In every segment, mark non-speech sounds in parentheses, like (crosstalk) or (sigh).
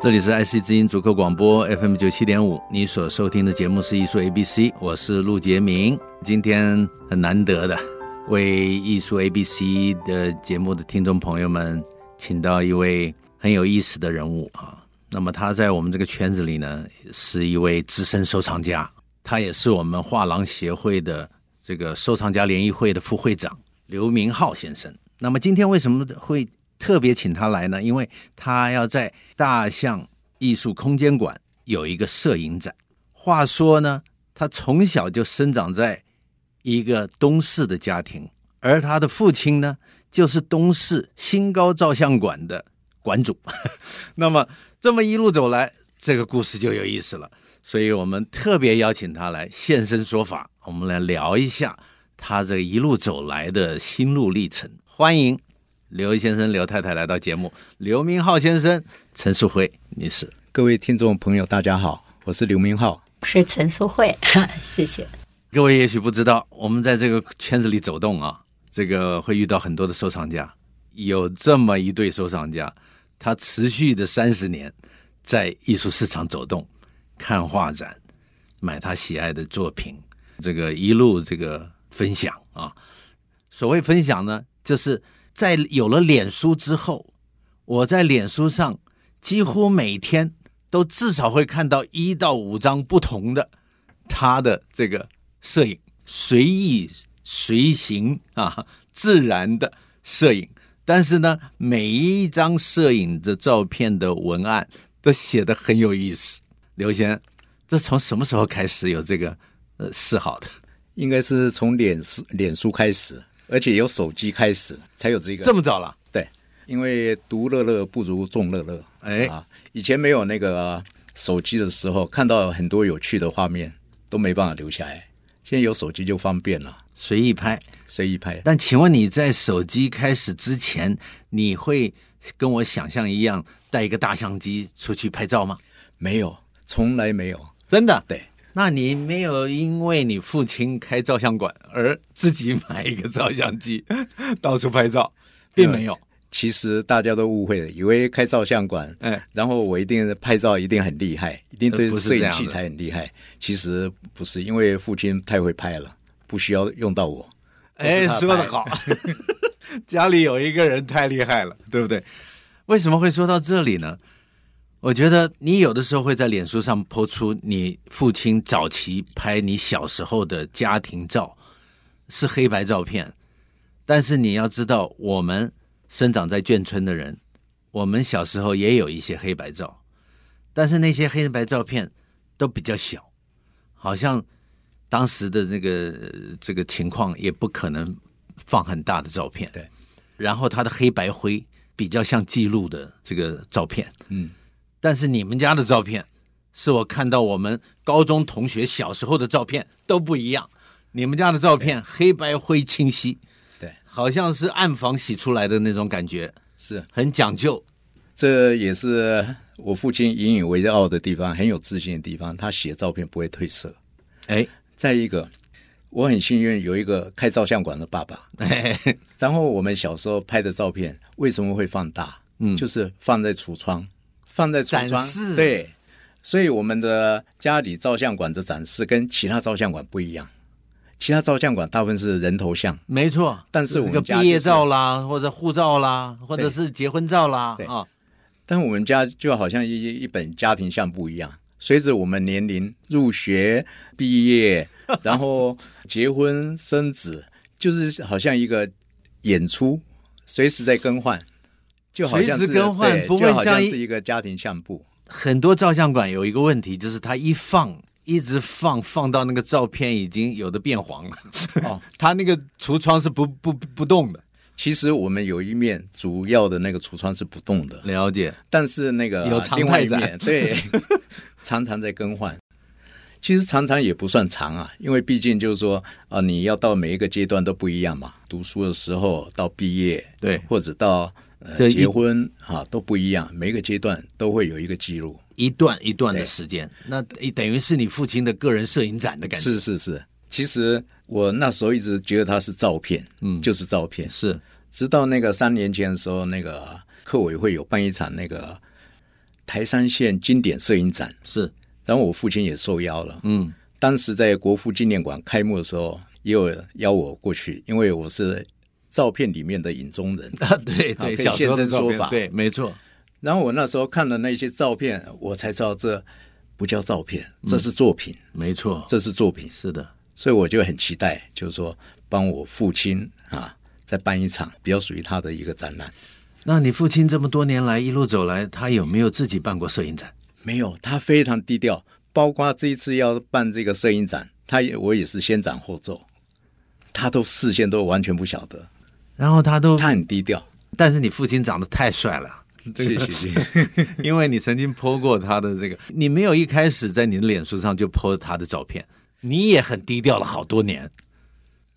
这里是 IC 之音主客广播 FM 九七点五，你所收听的节目是艺术 ABC，我是陆杰明。今天很难得的，为艺术 ABC 的节目的听众朋友们，请到一位很有意思的人物啊。那么他在我们这个圈子里呢，是一位资深收藏家，他也是我们画廊协会的这个收藏家联谊会的副会长刘明浩先生。那么今天为什么会特别请他来呢，因为他要在大象艺术空间馆有一个摄影展。话说呢，他从小就生长在一个东市的家庭，而他的父亲呢，就是东市新高照相馆的馆主。 (laughs) 那么这么一路走来，这个故事就有意思了。所以我们特别邀请他来现身说法，我们来聊一下他这一路走来的心路历程。欢迎刘先生、刘太太来到节目，刘明浩先生、陈树辉女士。各位听众朋友，大家好，我是刘明浩。是陈淑慧， (laughs) 谢谢。各位也许不知道，我们在这个圈子里走动啊，这个会遇到很多的收藏家。有这么一对收藏家，他持续的三十年在艺术市场走动，看画展，买他喜爱的作品，这个一路这个分享啊。所谓分享呢，就是在有了脸书之后，我在脸书上几乎每天都至少会看到一到五张不同的他的这个摄影，随意随行啊，自然的摄影。但是呢，每一张摄影的照片的文案都写得很有意思。刘先生，这从什么时候开始有这个呃嗜好的？应该是从脸书脸书开始，而且有手机开始才有这个。这么早了？对，因为独乐乐不如众乐乐。哎啊，以前没有那个、啊手机的时候，看到很多有趣的画面都没办法留下来。现在有手机就方便了，随意拍。随意拍。但请问你在手机开始之前，你会跟我想象一样带一个大相机出去拍照吗？没有，从来没有。真的？对，那你没有因为你父亲开照相馆而自己买一个照相机到处拍照，并没有。其实大家都误会了，以为开照相馆，哎，然后我一定拍照一定很厉害，一定对呃不是摄这影样器的材很厉害。其实不是，因为父亲太会拍了，不需要用到我。哎，都是说他的拍好， (laughs) 家里有一个人太厉害了，对不对？为什么会说到这里呢？我觉得你有的时候会在脸书上抛出你父亲早期拍你小时候的家庭照，是黑白照片，但是你要知道，我们生长在眷村的人，我们小时候也有一些黑白照，但是那些黑白照片都比较小，好像当时的那个呃这个情况也不可能放很大的照片。对，然后它的黑白灰比较像记录的这个照片。嗯，但是你们家的照片，是我看到我们高中同学小时候的照片都不一样。你们家的照片黑白灰清晰，对，好像是暗房洗出来的那种感觉，是很讲究。这也是我父亲引以为傲的地方，很有自信的地方。他写照片不会褪色。哎，再一个，我很幸运有一个开照相馆的爸爸。哎然后我们小时候拍的照片为什么会放大？嗯，就是放在橱窗，放在橱展窗示对。所以我们的家里照相馆的展示跟其他照相馆不一样，其他照相馆大部分是人头像，没错。但是我这们个家毕业就是照啦，或者护照啦，或者是结婚照啦对，啊，但我们家就好像一一一本家庭相簿一样，随着我们年龄入学、毕业，然后结婚生子，就是好像一个演出，随时在更换，就好像是随时更换对不会就好像像一是一个家庭相簿。很多照相馆有一个问题，就是它一放一直放放到那个照片已经有的变黄了， (laughs) 哦，它那个橱窗是不不不动的，其实我们有一面主要的那个橱窗是不动的，了解，但是那个有常态另外一展面 (laughs) 对，常常在更换。其实常常也不算长啊，因为毕竟就是说啊、你要到每一个阶段都不一样嘛。读书的时候到毕业，对或者到这呃一结婚啊都不一样，每一个阶段都会有一个记录。一段一段的对时间，那等于是你父亲的个人摄影展的感觉，是是是，其实我那时候一直觉得它是照片，嗯就是照片。是直到那个三年前的时候，那个客委会有办一场那个台山县经典摄影展，是，然后我父亲也受邀了。嗯，当时在国父纪念馆开幕的时候，也有邀我过去，因为我是照片里面的影中人。啊，对 (laughs) 啊可对，以小时候的现身照说片法对，没错，然后我那时候看了那些照片，我才知道这不叫照片，这是作品，没错，这是作品。是的，所以我就很期待，就是说帮我父亲啊，再办一场比较属于他的一个展览。那你父亲这么多年来一路走来，他有没有自己办过摄影展？没有，他非常低调，包括这一次要办这个摄影展，他也我也是先斩后奏，他都事先都完全不晓得，然后他都，他很 (laughs) 低调。但是你父亲长得太帅了， (laughs) 谢谢谢谢。 (laughs) 因为你曾经 po 过他的这个，你没有一开始在你的脸书上就 po 他的照片，你也很低调了好多年，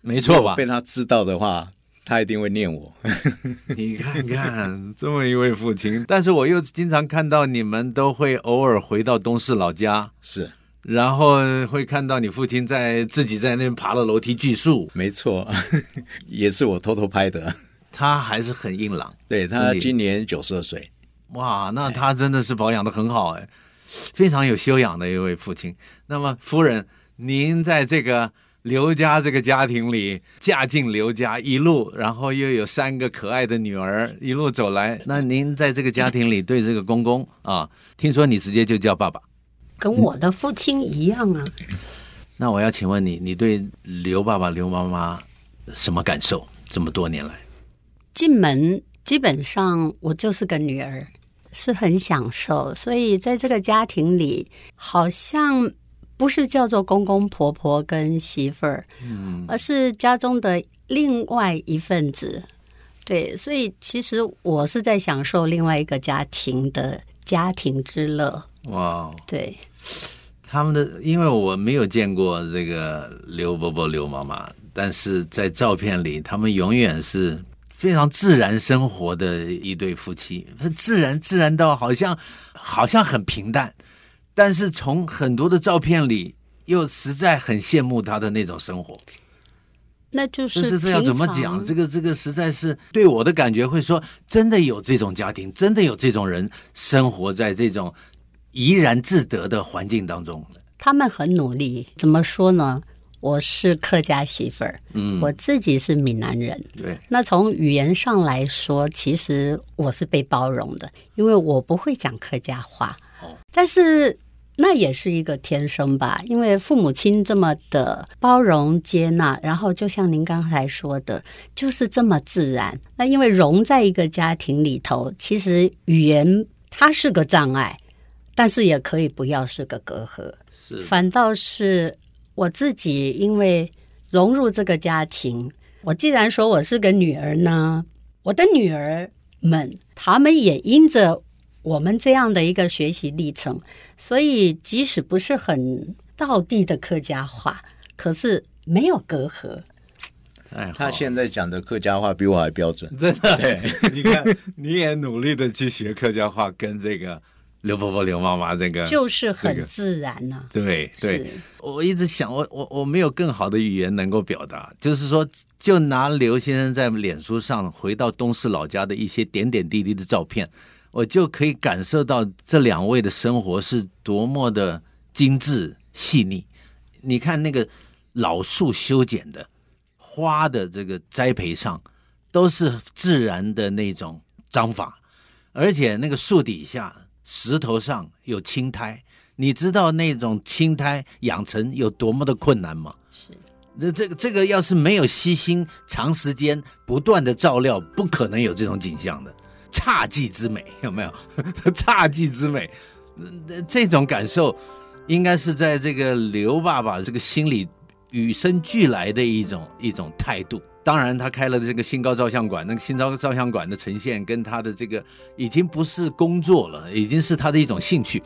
没错吧 (laughs) 被？他知道的话，他一定会念我。 (laughs) 你看看这么一位父亲，但是我又经常看到你们都会偶尔回到东市老家，是，然后会看到你父亲在自己在那边爬了楼梯锯树，没错， (laughs) 也是我偷偷拍的。 (laughs) 他还是很硬朗。对他是你今年九十二岁，哇，那他真的是保养的很好哎，非常有修养的一位父亲。那么夫人，您在这个刘家这个家庭里嫁进刘家，一路然后又有三个可爱的女儿，一路走来，那您在这个家庭里对这个公公啊，听说你直接就叫爸爸。跟我的父亲一样啊，那我要请问你，你对刘爸爸、刘妈妈什么感受？这么多年来，进门基本上我就是个女儿，是很享受，所以在这个家庭里，好像不是叫做公公婆婆跟媳妇儿，嗯，而是家中的另外一份子。对，所以其实我是在享受另外一个家庭的家庭之乐。哇，对，他们的，因为我没有见过这个刘伯伯、刘妈妈，但是在照片里，他们永远是非常自然生活的一对夫妻，自然自然到好像好像很平淡，但是从很多的照片里，又实在很羡慕他的那种生活。那就这是这这要平怎么常讲？这个这个实在是对我的感觉会说，真的有这种家庭，真的有这种人生活在这种怡然自得的环境当中。他们很努力。怎么说呢？我是客家媳妇儿，嗯，我自己是闽南人。对，那从语言上来说，其实我是被包容的，因为我不会讲客家话。但是那也是一个天生吧，因为父母亲这么的包容接纳，然后就像您刚才说的，就是这么自然。那因为融在一个家庭里头，其实语言它是个障碍，但是也可以不要是个隔阂。是反倒是我自己，因为融入这个家庭，我既然说我是个女儿呢，我的女儿们，她们也因着我们这样的一个学习历程，所以即使不是很道地的客家话，可是没有隔阂。哎，他好现在讲的客家话比我还标准。真的，你看，你也努力的去学客家话，跟这个刘伯伯、刘妈妈这个，就是嗯这很个自然呐、对对是，我一直想，我我我没有更好的语言能够表达，就是说，就拿刘先生在脸书上回到东市老家的一些点点滴滴的照片，我就可以感受到这两位的生活是多么的精致细腻。你看那个老树修剪的花的这个栽培上，都是自然的那种章法，而且那个树底下石头上有青苔，你知道那种青苔养成有多么的困难吗？是这这个这个要是没有悉心、长时间不断的照料，不可能有这种景象的。侘寂之美有没有？ (laughs) 侘寂之美，呃嗯这种感受应该是在这个刘爸爸这个心里与生俱来的一种一种态度。当然，他开了这个新高照相馆，那个新高照相馆的呈现跟他的这个已经不是工作了，已经是他的一种兴趣，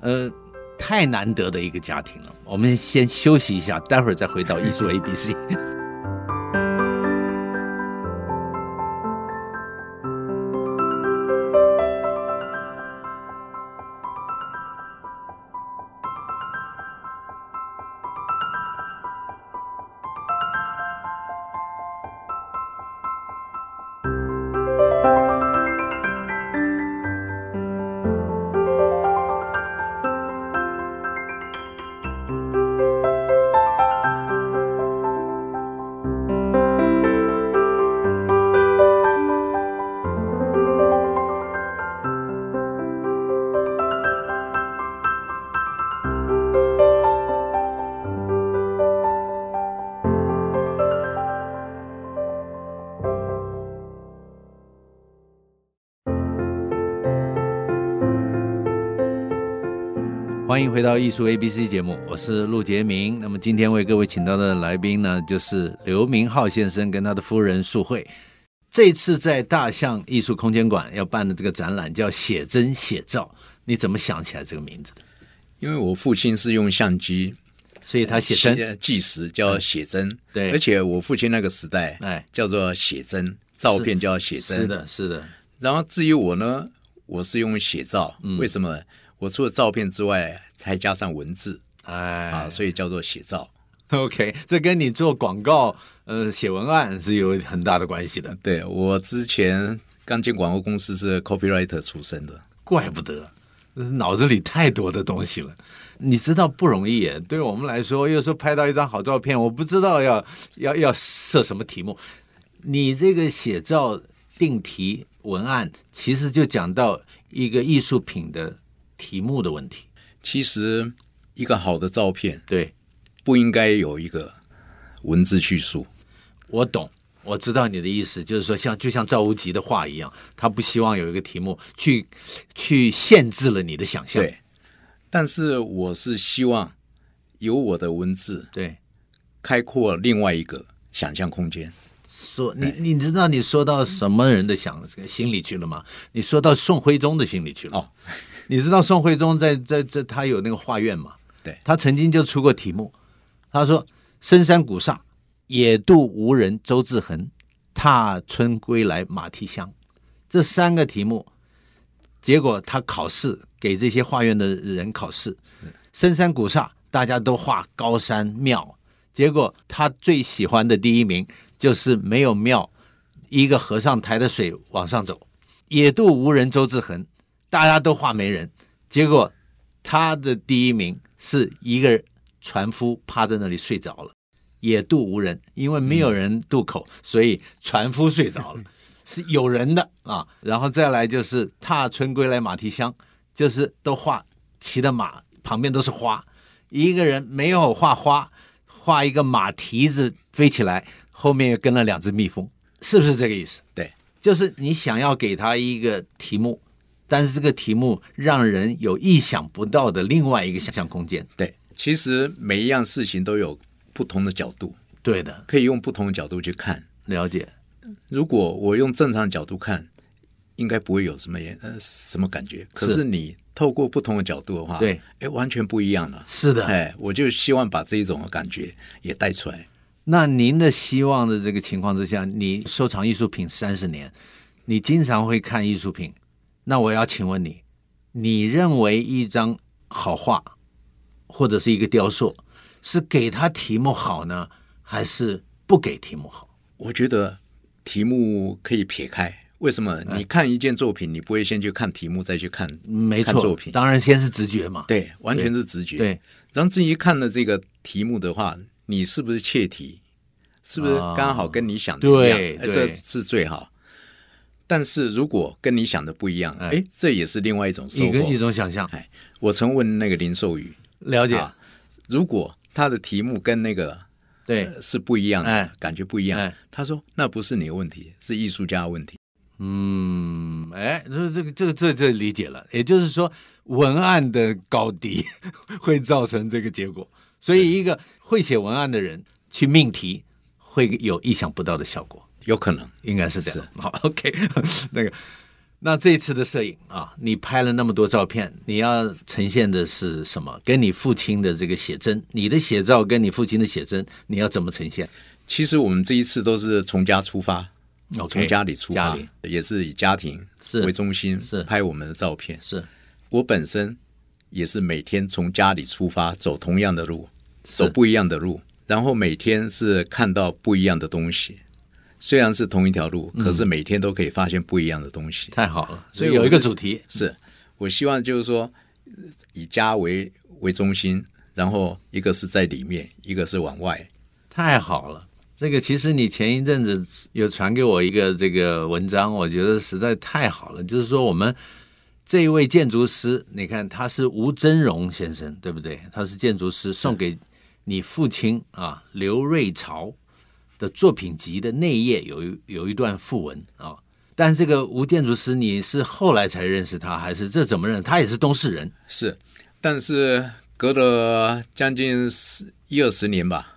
呃，太难得的一个家庭了。我们先休息一下，待会儿再回到艺术 A B C。欢迎回到艺术 A B C 节目，我是陆杰明。那么今天为各位请到的来宾呢，就是刘明浩先生跟他的夫人素慧。这次在大象艺术空间馆要办的这个展览叫“写真写照”，你怎么想起来这个名字的？因为我父亲是用相机所以他写真，写计时叫写真，对而且我父亲那个时代哎，叫做写真，照片叫写真，是。的，是的，然后至于我呢，我是用写照，嗯为什么？我除了照片之外，还加上文字啊，哎所以叫做写照。 ，OK，这跟你做广告、呃写文案是有很大的关系的，对我之前刚进广告公司是 copywriter 出身的，怪不得，脑子里太多的东西了。你知道不容易耶，对我们来说，有时候拍到一张好照片，我不知道要要要设什么题目。你这个写照定题文案，其实就讲到一个艺术品的题目的问题。其实一个好的照片对不应该有一个文字叙述，我懂，我知道你的意思，就是说像就像赵无极的画一样，他不希望有一个题目去去限制了你的想象。对。但是我是希望有我的文字对，开阔另外一个想象空间。说哎你你知道你说到什么人的想心里去了吗？你说到宋徽宗的心里去了。哦，你知道宋徽宗在在在他有那个画院嘛？对他曾经就出过题目，他说：“深山古刹，野渡无人周志恒，踏春归来马蹄香。”这三个题目，结果他考试给这些画院的人考试，深山古刹大家都画高山庙，结果他最喜欢的第一名就是没有庙，一个和尚抬着水往上走，野渡无人周志恒，大家都画没人，结果他的第一名是一个船夫趴在那里睡着了，野渡无人，因为没有人渡口，所以船夫睡着了，是有人的啊。然后再来就是踏春归来马蹄香，就是都画骑的马，旁边都是花，一个人没有画花，画一个马蹄子飞起来，后面又跟了两只蜜蜂，是不是这个意思？对，就是你想要给他一个题目，但是这个题目让人有意想不到的另外一个想象空间。对，其实每一样事情都有不同的角度，对的，可以用不同的角度去看。了解。如果我用正常角度看，应该不会有什么也呃什么感觉。可是你透过不同的角度的话，对，哎，完全不一样了。是啊的，哎，我就希望把这一种感觉也带出来。那您的希望的这个情况之下，你收藏艺术品三十年，你经常会看艺术品，那我要请问你，你认为一张好画或者是一个雕塑，是给它题目好呢，还是不给题目好？我觉得题目可以撇开，为什么？嗯你看一件作品，你不会先去看题目，再去看没看错，作品当然先是直觉嘛。对，完全是直觉。对，然后至于看了这个题目的话，你是不是切题？是不是啊刚好跟你想的一样？对哎对这是最好。但是如果跟你想的不一样，哎哎，这也是另外一种收一个获一。种想象，哎，我曾问那个林寿宇，了解，啊如果他的题目跟那个对，是不一样的，哎感觉不一样，哎他说那不是你的问题，是艺术家的问题。嗯，哎，这这个这个这这 (laughs) 理解了，也就是说，文案的高低会造成这个结果，所以一个会写文案的人去命题，会有意想不到的效果。有可能。应该是这样。好，OK，那 (laughs) 个，那这次的摄影啊，你拍了那么多照片，你要呈现的是什么？跟你父亲的这个写真，你的写照跟你父亲的写真，你要怎么呈现其实我们这一次都是从家出发， ？OK，哦从家里出家发里，也是以家庭是为中心是拍我们的照片。是我本身也是每天从家里出发，走同样的路，走不一样的路，然后每天是看到不一样的东西。虽然是同一条路，嗯可是每天都可以发现不一样的东西。太好了，所以有我一个是主题，是我希望就是说，呃以家为为中心，然后一个是在里面，一个是往外。太好了。这个其实你前一阵子有传给我一个这个文章，我觉得实在太好了。就是说我们这一位建筑师，你看他是吴峥嵘先生，对不对？他是建筑师，送给你父亲啊刘瑞潮的作品集的内页有一有一段附文啊。但这个吴建筑师，你是后来才认识他，还是这怎么认？他也是东市人，是，但是隔了将近十一二十年吧，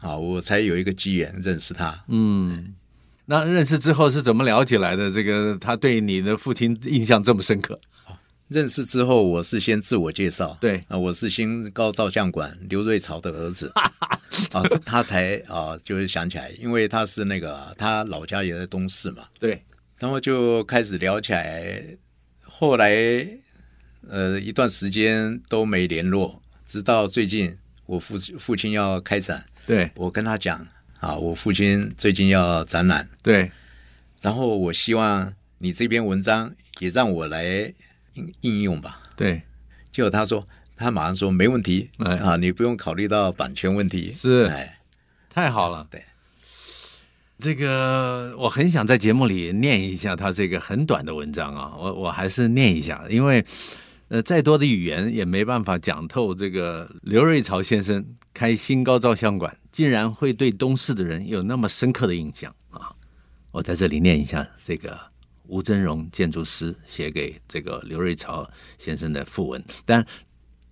啊，我才有一个机缘认识他。嗯，那认识之后是怎么聊起来的？这个他对你的父亲印象这么深刻？认识之后，我是先自我介绍，对啊，我是新高照相馆刘瑞潮的儿子，啊，他才啊，就是想起来，因为他是那个他老家也在东市嘛，对，然后就开始聊起来，后来呃一段时间都没联络，直到最近我父父亲要开展，对我跟他讲啊，我父亲最近要展览，对，然后我希望你这篇文章也让我来应应用吧。对，结果他说他马上说没问题、哎啊，你不用考虑到版权问题，是哎，太好了。对，这个我很想在节目里念一下他这个很短的文章啊，我我还是念一下，因为呃，再多的语言也没办法讲透这个刘瑞潮先生开新高照相馆，竟然会对东市的人有那么深刻的印象啊！我在这里念一下这个吴峥嵘建筑师写给这个刘瑞潮先生的附文，但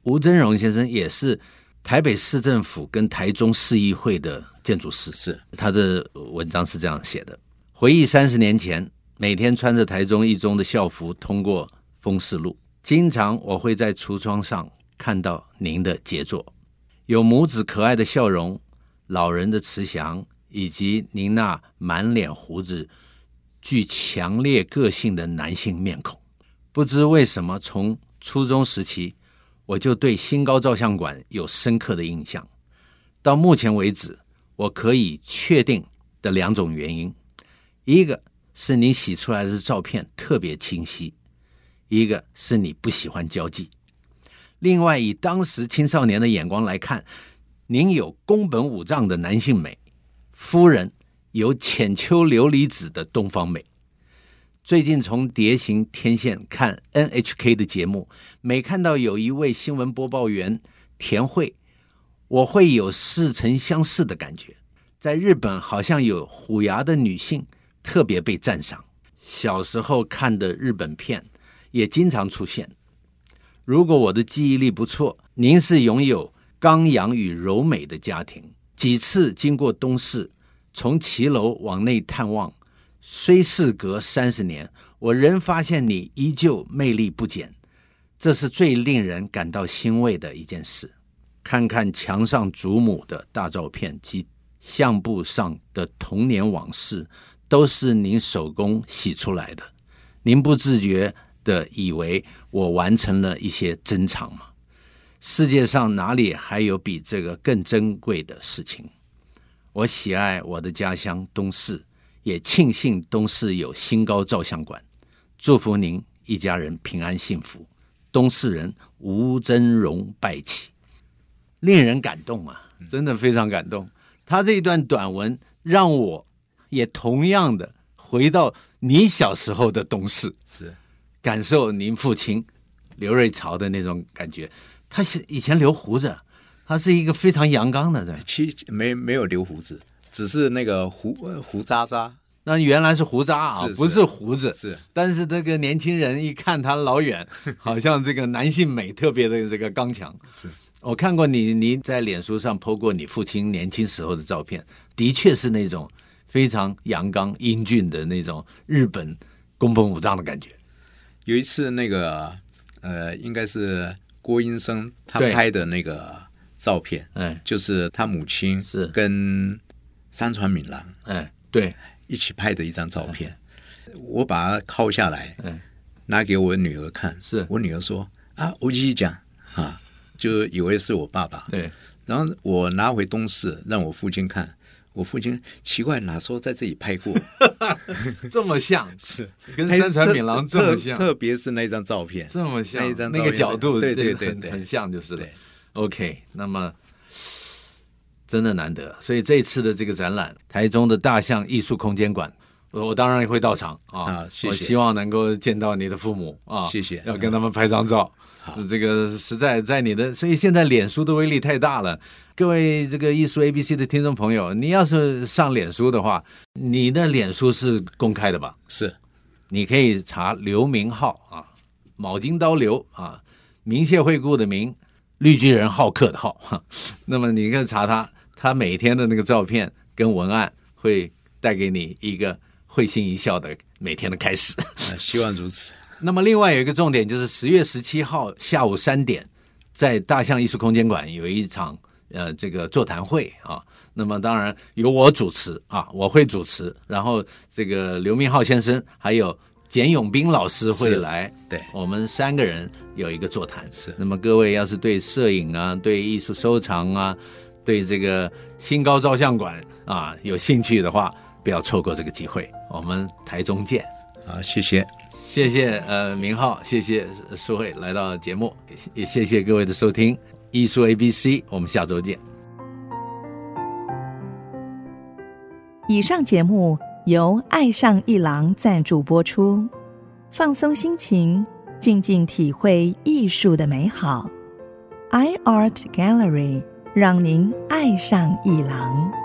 吴峥嵘先生也是台北市政府跟台中市议会的建筑师，是他的文章是这样写的：回忆三十年前，每天穿着台中一中的校服通过丰市路，经常我会在橱窗上看到您的杰作，有母子可爱的笑容，老人的慈祥，以及您那满脸胡子、具强烈个性的男性面孔。不知为什么，从初中时期，我就对新高照相馆有深刻的印象。到目前为止，我可以确定的两种原因：一个是你洗出来的照片特别清晰，一个是你不喜欢交际。另外，以当时青少年的眼光来看，您有宫本武藏的男性美，夫人有浅秋琉璃子的东方美。最近从蝶行天线看 NHK 的节目，每看到有一位新闻播报员田慧，我会有似曾相识的感觉。在日本，好像有虎牙的女性特别被赞赏。小时候看的日本片也经常出现。如果我的记忆力不错，您是拥有刚阳与柔美的家庭。几次经过东市，从骑楼往内探望，虽事隔三十年，我仍发现你依旧魅力不减，这是最令人感到欣慰的一件事。看看墙上祖母的大照片及相簿上的童年往事，都是您手工洗出来的。您不自觉的以为我完成了一些珍藏吗？世界上哪里还有比这个更珍贵的事情？我喜爱我的家乡东市，也庆幸东市有新高照相馆。祝福您一家人平安幸福。东市人吴峥嵘拜起。令人感动啊，真的非常感动。他这一段短文让我也同样的回到你小时候的东市，是感受您父亲刘瑞潮的那种感觉。他是以前留胡子，他是一个非常阳刚的人。其没没有留胡子，只是那个胡呃胡渣渣那原来是胡渣啊，是是不是胡子。是但是这个 (laughs) 年轻人一看他老远，好像这个男性美特别的这个刚强。是我看过你，你在脸书上 PO 过你父亲年轻时候的照片，的确是那种非常阳刚、英俊的那种日本宫本武藏的感觉。有一次那个呃，应该是郭英生他对拍的那个照片，哎就是他母亲是跟山川敏郎哎，对，一起拍的一张照片，我把它拷下来，嗯拿给我女儿看，是我女儿说啊，我继续讲啊，就以为是我爸爸， (laughs) 对，然后我拿回东市让我父亲看，我父亲奇怪哪时候在这里拍 (laughs) 过，这么像，是跟山川敏郎这么像特特别是那张照片，这么像那一张照那片个角度，对这对个对很对很像就是了对。 OK，那么真的难得，所以这次的这个展览，台中的大象艺术空间馆，我我当然会到场啊啊谢谢我希望能够见到你的父母啊，谢谢嗯要跟他们拍张照。好这个实在在你的，所以现在脸书的威力太大了。各位这个艺术 ABC 的听众朋友，你要是上脸书的话，你的脸书是公开的吧？是啊你可以查刘明浩啊，毛巾刀刘啊，明谢惠顾的明，绿巨人浩克的浩。 (laughs) 哈那么你可以查他，他每天的那个照片跟文案会带给你一个会心一笑的每天的开始。啊希望如此。那么另外有一个重点就是十月十七号下午三点，在大象艺术空间馆有一场呃这个座谈会啊。那么当然由我主持啊，我会主持，然后这个刘明浩先生还有简永斌老师会是来，对我们三个人有一个座谈。是那么各位要是对摄影啊、对艺术收藏啊、对这个新高照相馆啊有兴趣的话，不要错过这个机会。我们台中见。好，谢谢，谢谢呃明浩，谢谢呃苏慧来到节目，也谢谢各位的收听，艺术 A B C，我们下周见。以上节目由爱上一郎赞助播出，放松心情，静静体会艺术的美好。iArt Gallery 让您爱上一郎。